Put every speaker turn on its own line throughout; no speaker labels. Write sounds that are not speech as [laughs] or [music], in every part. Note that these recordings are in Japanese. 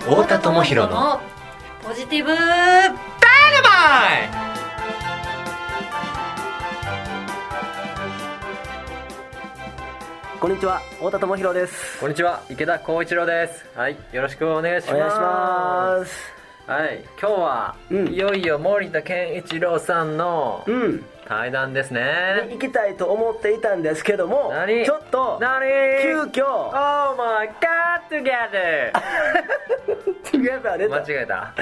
太田智博の
ポジティブダイナ
マ
こんにちは太田智博です
こんにちは池田光一郎ですはいよろしくお願いします
お願いします
はい今日は、
うん
いよいよ森田健一郎さんの
うん
対談ですね
行きたいと思っていたんですけども
何
ちょっと
何
急遽
Oh my god together
トゥゲザー出
間
た
違えた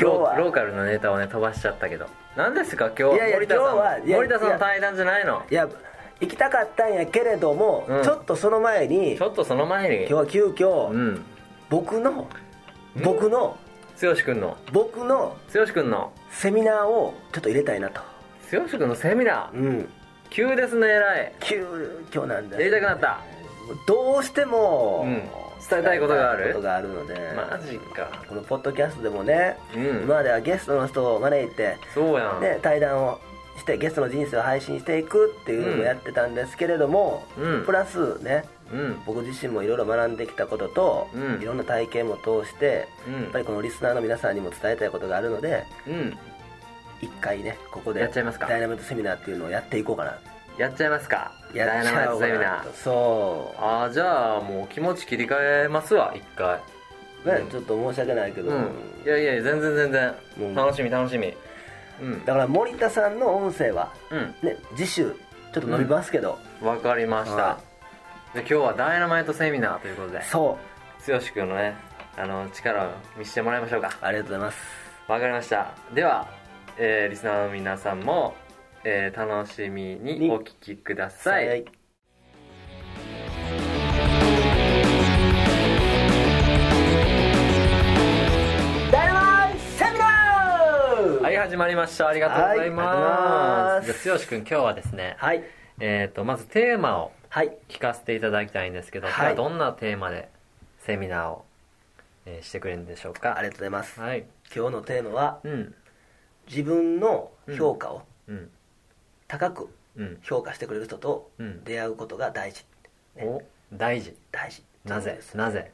今日は
ローローカルのネタをね飛ばしちゃったけど何ですか今日はい
やいや
森田さんの
今日はいや
森田さんの対談じゃないの
いや行きたかったんやけれども、
うん
ちょっとその前に
ちょっとその前に
今日は急遽、
うん
僕の僕の
剛君の
僕の
剛君の
セミナーをちょっと入れたいなと
剛君のセミナー
うん
急ですね偉い
急遽なんだ
やりたくなった
どうしても、
うん伝えたいことがある
伝えたいことがあるので
マジか
このポッドキャストでもね、
うん
今まではゲストの人を招いて、
そうやん
ね、対談をしてゲストの人生を配信していくっていうのをやってたんですけれども、
うん
プラスね
うん
僕自身もいろいろ学んできたことと、
うん
いろんな体験も通して、
うん
やっぱりこのリスナーの皆さんにも伝えたいことがあるので
うん
一回ねここで
やっちゃいますか
ダイナミットセミナーっていうのをやっていこうかな
やっちゃいますか
や
ダ
っ
イナ
ち
マイ
ゃ
ト
おうか
セ
な
ミナー
そ
ああじゃあもう気持ち切り替えますわ一回
う、ね
うん
ちょっと申し訳ないけど、
うんいやいや全然全然、
うん
楽しみ楽しみうん
だから森田さんの音声は、
うん
ね、次週ちょっと伸びますけど、
わかりました、
は
で今日はダイナマイトセミナーということで
そ
剛君のねあの力を見せてもらいましょうか
うありがとうございます
わかりましたでは、えーリスナーの皆さんも、えー楽しみにお聞きください、
はいダイナマイトセミナー
はい始まりましたありがとうござい
はいあ
ま
りがとうございます
す,、じゃあ剛君今日はですね、
はい
えー、とまずテーマを
はい
聞かせていただきたいんですけど、
はい
今日はどんなテーマでセミナーを、えーしてくれるんでしょうか
ありがとうございます
はい
今日のテーマは
うん
自分の評価を
うん
高く
うん
評価してくれる人と
うん
出会うことが大事
お大事
大事
なぜなぜ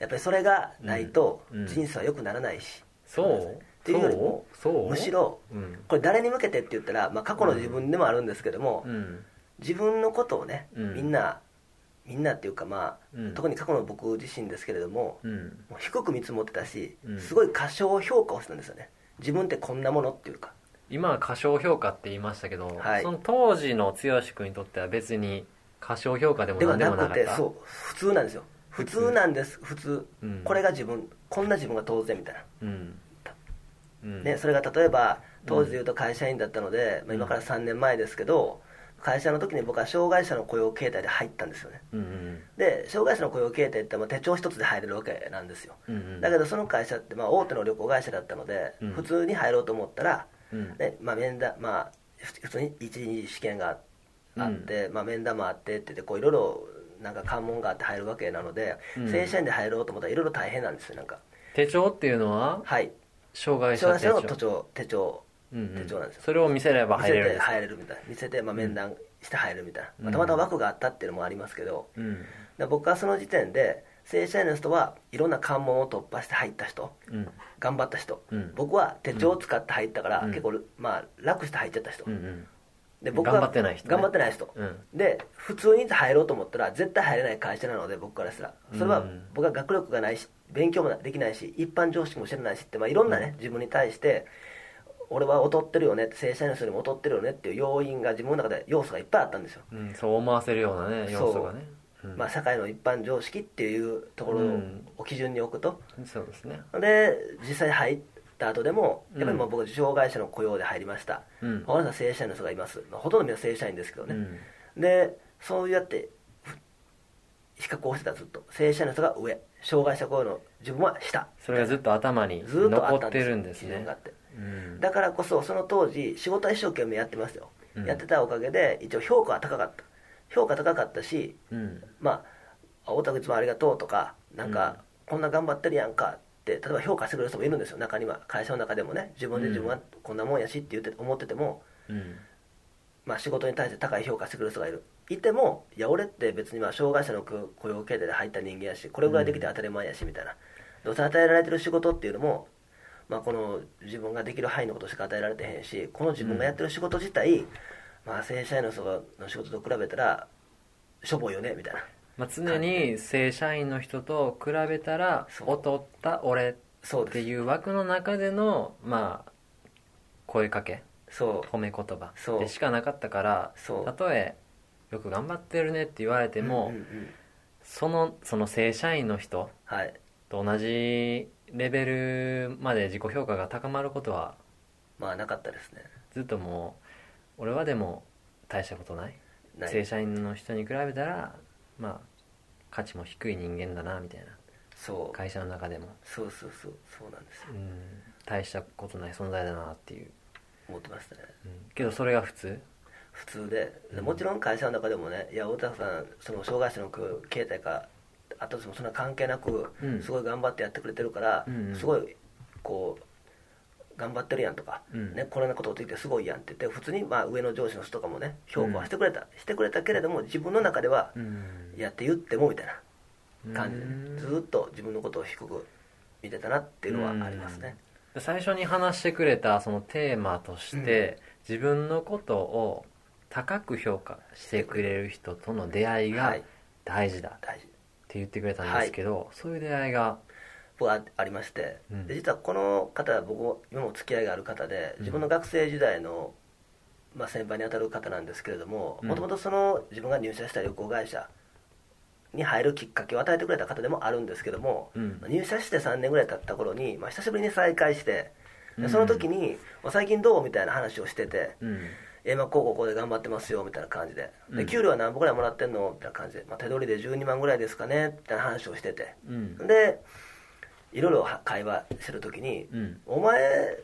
やっぱりそれがないと
うんうん
人生は良くならないし、
そう
っていうよりも
そうそう
むしろ
うん
これ誰に向けてって言ったら、まあ、過去の自分でもあるんですけども、
うん
自分のことをね、
うん
みんなみんなっていうかまあ、
うん
特に過去の僕自身ですけれども、
うん
もう低く見積もってたし、
うん
すごい過小評価をしたんですよね自分ってこんなものっていうか
今は過小評価って言いましたけど、
はい
その当時の剛君にとっては別に過小評価でも
では
何で
な
もな
く
かってた
そう普通なんですよ普通なんです普通、
うん
これが自分こんな自分が当然みたいな、
うんうん
ね、それが例えば当時でいうと会社員だったので、まあ、今から3年前ですけど会社の時に僕は障害者の雇用形態で入ったんですよね
うんうん
で障害者の雇用形態ってまあ手帳一つで入れるわけなんですよ、
うんうん
だけどその会社ってまあ大手の旅行会社だったので、
うん
普通に入ろうと思ったら、
うん
ねまあ、面談まあふ普通に一次試験があって、まあ、面談もあってって言ってこういろいろなんか関門があって入るわけなので、
うん
正社員で入ろうと思ったらいろいろ大変なんですよなんか
手帳っていうのは
はい
障害者
障害
手
者の
帳
手帳手帳
うんうん
手帳なんですよ
それを見せれば
見
入
せ
れるん
て
ですか
入れるみたいな見せて、まあ、面談して入るみたいな、
うん
まあたまたま枠があったっていうのもありますけど、
うん
で僕はその時点で正社員の人はいろんな関門を突破して入った人
うん
頑張った人、
うん
僕は手帳を使って入ったから、
うん
結構、まあ、楽して入っちゃった人、
うんうん
で僕は
頑張ってない人ね
頑張ってない人
うん
で普通に入ろうと思ったら絶対入れない会社なので僕からしたらそれ
う
は
ん
僕は学力がないし勉強もできないし一般常識も知らないしって、まあ、いろんなね、自分に対して俺は劣ってるよねって正社員の人にも劣ってるよねっていう要因が自分の中で要素がいっぱいあったんですよ、
うんそう思わせるようなね要素がねうん
まあ、社会の一般常識っていうところ
うん
を基準に置くと、
そうですね
で実際入った後でもやっぱりまあ
うん
僕障害者の雇用で入りました、
うん
他の人は正社員の人がいます、まあ、ほとんどみんな正社員ですけど
う
ね、
ん
でそうやってふ比較をしてたずっと正社員の人が上障害者雇用の自分は下
それがずっと頭に
ずっとあ
残
った
ってるんです
基準
ね
があって
うん
だからこそその当時仕事は一生懸命やってますよ、
うん
やってたおかげで一応評価は高かった評価高かったし
うん
まあ「あ大田君いつもありがとう」とかなんか、こんな頑張ってるやんか」って例えば評価してくれる人もいるんですよ中には会社の中でもね自分で自分はこんなもんやしって言って思ってても、
うん
まあ、仕事に対して高い評価してくれる人がいるいてもいや俺って別にまあ障害者の雇用形態で入った人間やしこれぐらいできて当たり前やしみたいな、どうせ与えられてる仕事っていうのも、まあ、この自分ができる範囲のことしか与えられてへんしこの自分がやってる仕事自体、まあ、正社員の人がの仕事と比べたらしょぼいよねみたいな
まあ、常に正社員の人と比べたら
そう
劣った俺
そ
っ
う
て
で
いう枠の中でのまあ声かけ
すそう
褒め言葉
そう
でしかなかったから
そう
たとえよく頑張ってるねって言われても、
うんうんうん
そのその正社員の人
はい
と同じレベルまで自己評価が高まることは
まあなかったですね
ずっともう俺はでも大したことない
ない
正社員の人に比べたらまあ価値も低い人間だなみたいな
そう
会社の中でも、
そうそうそうそうなんですよ
うん、大したことない存在だなっていう、
思ってましたね
うん、けどそれが普通
普通でで
うん
もちろん会社の中でもねいや太田さんその障害者の形態かあとそのそんな関係なく、
うん
すごい頑張ってやってくれてるから、
うんうん
すごいこう頑張ってるやんとか、
うん
ね、これのことをついてすごいやんって言って普通にまあ上の上司の人とかもね評価はしてくれた、してくれたけれども自分の中では
うん
やって言ってもみたい
うん
な感じでね、ずーっと自分のことを低く見てたなっていうのはありますね、
うん最初に話してくれたそのテーマとして、自分のことを高く評価してくれる人との出会い
は
が
い
大事だっ
大事
て言ってくれたんですけど、そういう出会いが
僕はありまして、
うん
で実はこの方は僕も今も付き合いがある方で自分の学生時代の、まあ、先輩に当たる方なんですけれども
うん
もともとその自分が入社した旅行会社に入るきっかけを与えてくれた方でもあるんですけども、
うん
入社して3年ぐらい経った頃に、まあ、久しぶりに再会して
う
で
ん
その時に「まあ最近どう?」みたいな話をしてて
うん
今こうこうこうで頑張ってますよみたいな感じで
う
で
ん
給料は何本ぐらいもらってんのみたいな感じで、まあ、手取りで12万ぐらいですかねみたいな話をしてて
うん
でいろいろは会話してる時に、
うん
お前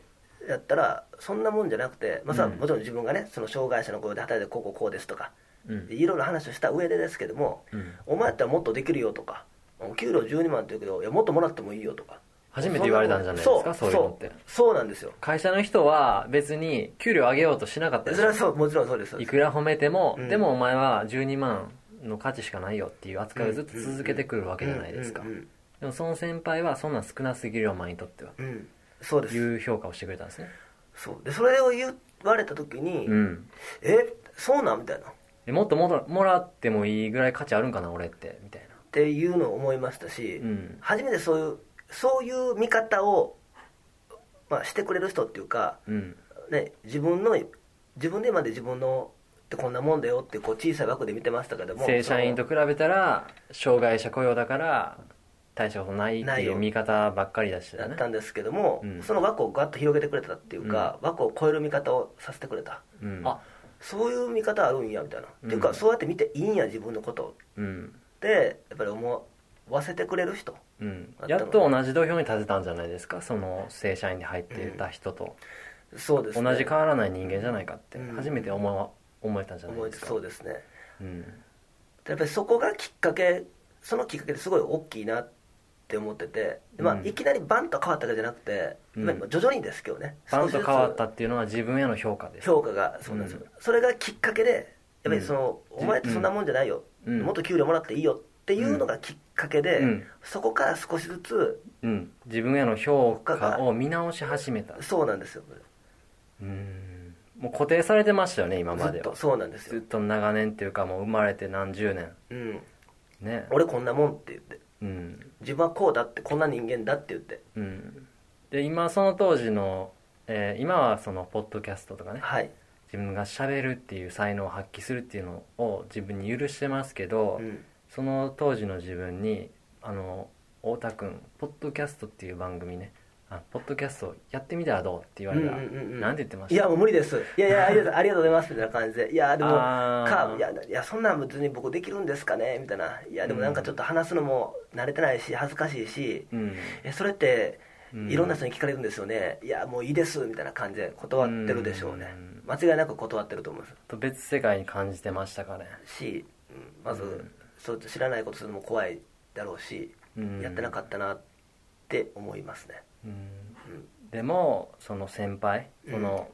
やったらそんなもんじゃなくて、まあさ
うん
もちろん自分がねその障害者の声で働いてこうこうこうですとか
うん
いろいろ話をした上でですけども、
うん
お前やったらもっとできるよとかお給料12万って言うけどいやもっともらってもいいよとか
初めて言われたんじゃないですか
そ
そうういうのって
そうそうなんですよ
会社の人は別に給料上げようとしなかったです
それはそうもちろんそうですそう
い
です
くら褒めても、
うん
でもお前は12万の価値しかないよっていう扱いをずっと続けてくるわけじゃないですか、
うんうん
でもその先輩はそんなん少なすぎるよお前にとっては
うんうんそうで
い
す
う評価をしてくれたんですね
そうでそれを言われた時に、
うん
えそうなんみたいなっ
でもっともらもらってもいいぐらい価値あるんかな俺ってみたい
ていうのを思いましたし、
なうん
初めてそういうそういう見方を、まあ、してくれる人っていうか、
うん
ね、自分の自分でまで自分のってこんなもんだよってこう小さい枠で見てましたけども
正社員と
そ
比べたら障害者雇用だから大したことないって
ない
い
よ
う見方ばっかりだし
の
た
だ
ね
ったんですけども、
うん
その枠をガッと広げてくれたっていうか、枠を超える見方をさせてくれた、
うん
あそういう見方あるんやみたいな、
うん
っていうかそうやって見ていいんや自分のこと
うん
ってやっぱり思わせてくれる人
うん
あったの
やっと同じ土俵に立てたんじゃないですかその正社員で入ってた人と
そうです
同
ね
じ変わらない人間じゃないかって
うん
初めて思わ思えたんじゃない
思え
で
て
すか
そうですね
うん
やっぱりそこがきっかけそのきっかけですごい大きいなって思ってて、でまあ
うん
いきなりバンと変わったわけじゃなくて、
うん
まあ徐々にですけどね
バンと変わった
少し
っていうのは自分への評価で
ずつ
す
評価がそうなんですよ、
うん
それがきっかけでやっぱりその、
うん
お前ってそんなもんじゃないよ、
うん
もっと給料もらっていいよっていうのがきっかけで、
うん
そこから少しずつ
うん、自分への評価を見直し始めた
そうなんですよ
うんもう固定されてましたよね今
ず
まで
っ
は
とそうなんです
ずっ
よ、
と長年っていうかもう生まれて何十年
うん、
ね
俺こんなもんって言って
うん
自分はこうだってこんな人間だって言って
うんで今その当時の、えー今はそのポッドキャストとかね
はい、
自分がしゃべるっていう才能を発揮するっていうのを自分に許してますけど、
うん、
その当時の自分に「あの太田君ポッドキャストっていう番組ねあポッドキャストやってみたらどう?」って言われたら、
うんうんうんうん
なんて言ってました
いやもう無理ですいや
[laughs]
いやありがとうありがとうございますみたいな感じでいやでも
あー
カーブいやいやそんなん別に僕できるんですかねみたいないやでもなんかちょっと話すのも慣れてないし恥ずかしいし、
うん
えそれって
うん
いろんな人に聞かれるんですよね、いやもういいですみたいな感じで断ってるでしょうね、間違いなく断ってると思いま
と別世界に感じてましたかね
すし、うんまず、
うん
そう知らないことするのも怖いだろうし、
うん
やってなかったなって思いますね
うん
うん
でもその先輩
うん
その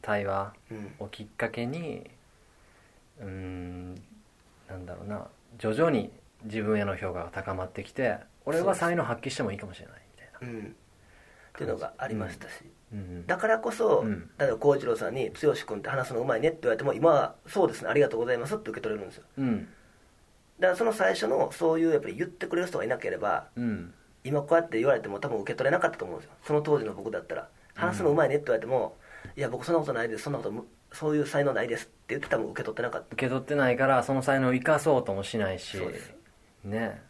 対話
うん
をきっかけにうんなんだろうな徐々に自分への評価が高まってきて俺は才能発揮してもいいかもしれないみたいな
うん、っていうのがありましたし、
うん
だからこそ、
うん
例えば幸一郎さんに「剛君って話すのうまいね」って言われても今は「そうですねありがとうございます」って受け取れるんですよ
うん
だからその最初のそういうやっぱり言ってくれる人がいなければ
うん
今こうやって言われても多分受け取れなかったと思うんですよその当時の僕だったら「話すのうまいね」って言われても「いや僕そんなことないですそんなことむそういう才能ないです」って言って多分受け取ってなかった
受け取ってないからその才能を生かそうともしないし
そうです
ね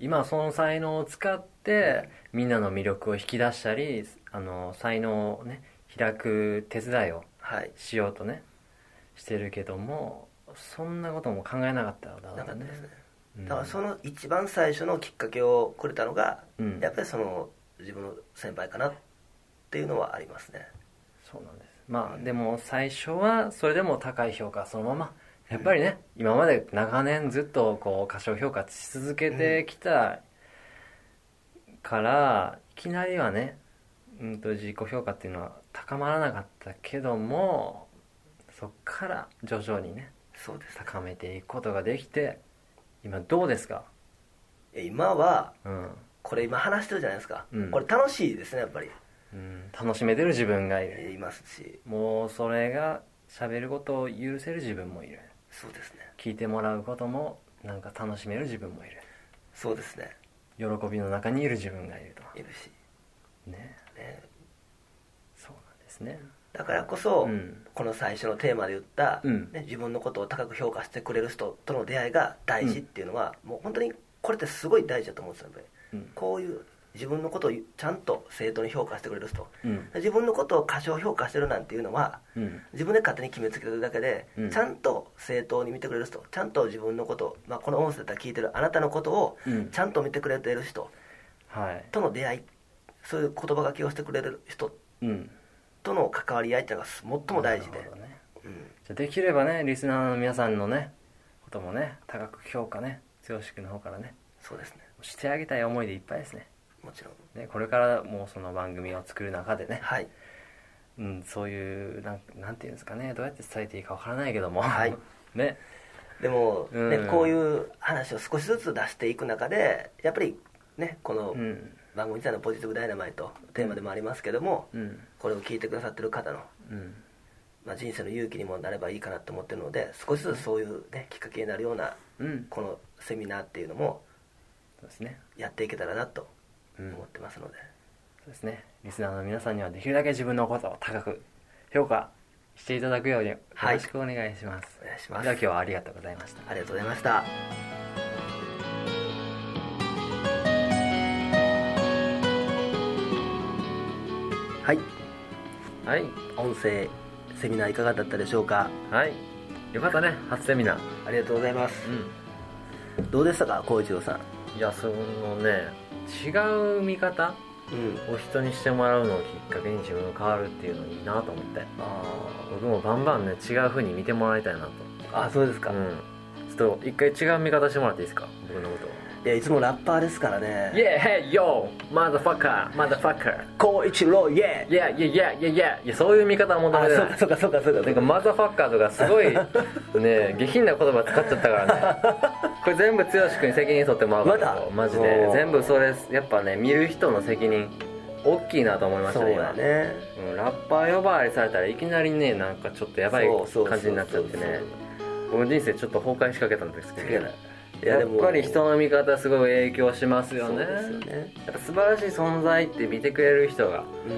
今その才能を使ってみんなの魅力を引き出したりあの才能をね開く手伝いを
はい
しようとねしてるけどもそんなことも考えなかったよだら
なかった
ね
ですね
うん
だからその一番最初のきっかけをくれたのが、
うん
やっぱりその自分の先輩かなっていうのはありますね
そうなんですまあでも最初はそれでも高い評価そのままやっぱりね、今まで長年ずっとこう過小評価し続けてきたから、いきなりはね、うん、と自己評価っていうのは高まらなかったけどもそっから徐々にね
そうです
高めていくことができて今どうですか
いや今は
うん、
これ今話してるじゃないですか、
うん
これ楽しいですねやっぱり
うん、楽しめてる自分がいる
えいますし
もうそれが喋ることを許せる自分もいる
そうですね
聞いてもらうこともなんか楽しめる自分もいる
そうですね
喜びの中にいる自分がいる
いるし、
とね
ね、
そうなんですね
だからこそ、
うん
この最初のテーマで言った、
うん
ね、自分のことを高く評価してくれる人との出会いが大事っていうのは、もう本当にこれってすごい大事だと思うんですよやっぱり
うん
こういう自分のことをちゃんと正当に評価してくれる人
うん
自分のことを過小評価してるなんていうのは
うん
自分で勝手に決めつけてるだけで、
うん
ちゃんと正当に見てくれる人ちゃんと自分のこと、まあ、この音声だったら聞いてるあなたのことを
うん
ちゃんと見てくれてる人
はい
との出会いそういう言葉がけをしてくれる人
うん
との関わり合いっていうのが最も大事で、
なるほどね
うん、
じゃあできればねリスナーの皆さんのねこともね高く評価ね剛君の方からね
そうですね
してあげたい思いでいっぱいですね
もちろん
ねこれからもうその番組を作る中でね、
はい
うん、そういうなんなんていうんですかねどうやって伝えていいかわからないけども、
はい
ね
でも、
うん
ね、こういう話を少しずつ出していく中でやっぱりねこの
うん
番組自体の「ポジティブダイナマイト」テーマでもありますけども、
うん
これを聞いてくださってる方の
うん
まあ、人生の勇気にもなればいいかなと思ってるので少しずつそういう、ね、きっかけになるような
うん
このセミナーっていうのも
そうですね
やっていけたらなと
うん
思ってますので、
そうですねリスナーの皆さんにはできるだけ自分のことを高く評価していただくようによ
はい
ろしくお願いします、
お願いします
では今日はありがとうございました
ありがとうございましたはい
はい
音声セミナーいかがだったでしょうか
はいよかったね初セミナー
ありがとうございます、
う
どうでしたか浩一郎さん
んいやそのね違う見方
うん
を人にしてもらうのをきっかけに自分が変わるっていうのいいなと思って
あ
僕もバンバンね違う風に見てもらいたいなと
ーあそうですか、
う
い
んちょっと一回違う見方してもらっていいですか僕のことを
やいつもラッパーですからね
Yeah, hey, yo, motherfucker, motherfucker.
浩一郎イエーイ
Yeah, yeah, yeah, yeah, yeah. いや、そういう見方は求め
あ
て
そ
な
う
い
か。そうかそうかそうか
なんか、マザファッカーとかすごい、ね、 [laughs] 下品な言葉使っちゃったからね。これ全部剛君に責任取ってもらうから
まだ
マジ
お
で
ー。
全部それ、やっぱね、見る人の責任、大きいなと思いまし
そ
た
う
ね、
や
今。
ね
うんラッパー呼ばわりされたらいきなりね、なんかちょっとやばい
そうそうそう
感じになっちゃってね。僕の人生ちょっと崩壊しかけたんですけど。
いや
や
で
っ
も
ぱり人の見方すごい影響しますよね。
そうですよね
やっぱ素晴らしい存在って見てくれる人が
う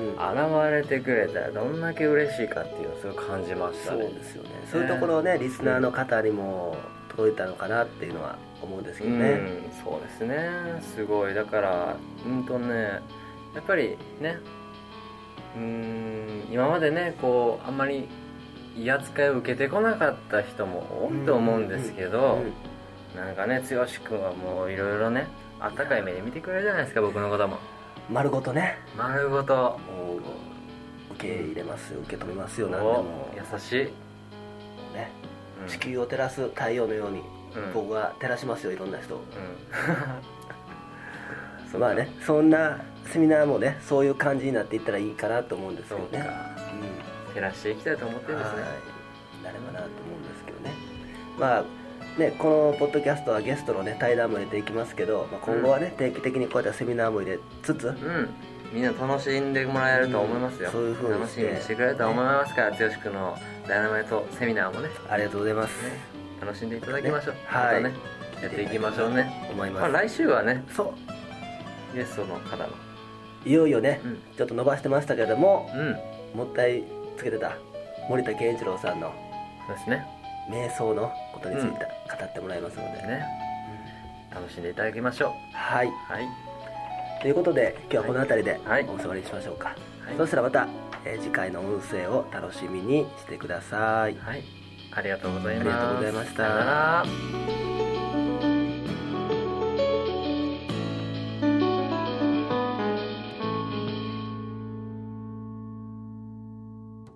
ん
現れてくれたらどんだけ嬉しいかっていうのをすごく感じました
そう
ね
ですよねそういうところをねリスナーの方にも届いたのかなっていうのは思うんですけ
う
どね、
んそうですねすごいだからうんとねやっぱりねうん今までねこうあんまり威扱いを受けてこなかった人も多いと思うんですけど、
うん
なんかね剛君はもういろいろねあったかい目で見てくれるじゃないですか僕のことも
丸ごとね
丸ごと
もう受け入れますよ受け止めますよなんで
お
も
優しい、う
ね
ん
地球を照らす太陽のように
うん
僕は照らしますよいろんな人を
うん
まあねそんなセミナーもねそういう感じになっていったらいいかなと思うんです
そ
け
うか、
どねうん
照らしていきたいと思ってるんですね
はいなればなと思うんですけどねまあね、このポッドキャストはゲストの、ね、対談も入れていきますけど、まあ、今後はね、定期的にこうやってセミナーも入れつつ、
うんみんな楽しんでもらえると思いますよ、
うんそういう風に
楽
し
してみにしてくれると思いますから剛くんのダイナマイトセミナーもね
ありがとうございます、
楽しんでいただきましょう、
ね
またね
はい
やっていきましょうね、
思い
まあ、
ま
来週はね
すそ
ゲストの方の
ういよいよね、
うん
ちょっと伸ばしてましたけども
うん
もったいつけてた森田健一郎さんの
そうですね
瞑想のことについて語ってもらいますので、
ね楽しんでいただきましょう
はい
はい、
ということで今日はこの辺りで
はい
お座りしましょうか、
はい
そしたらまた、えー次回の音声を楽しみにしてください
はい、ありがとうございます
ありがとうございました
さよなら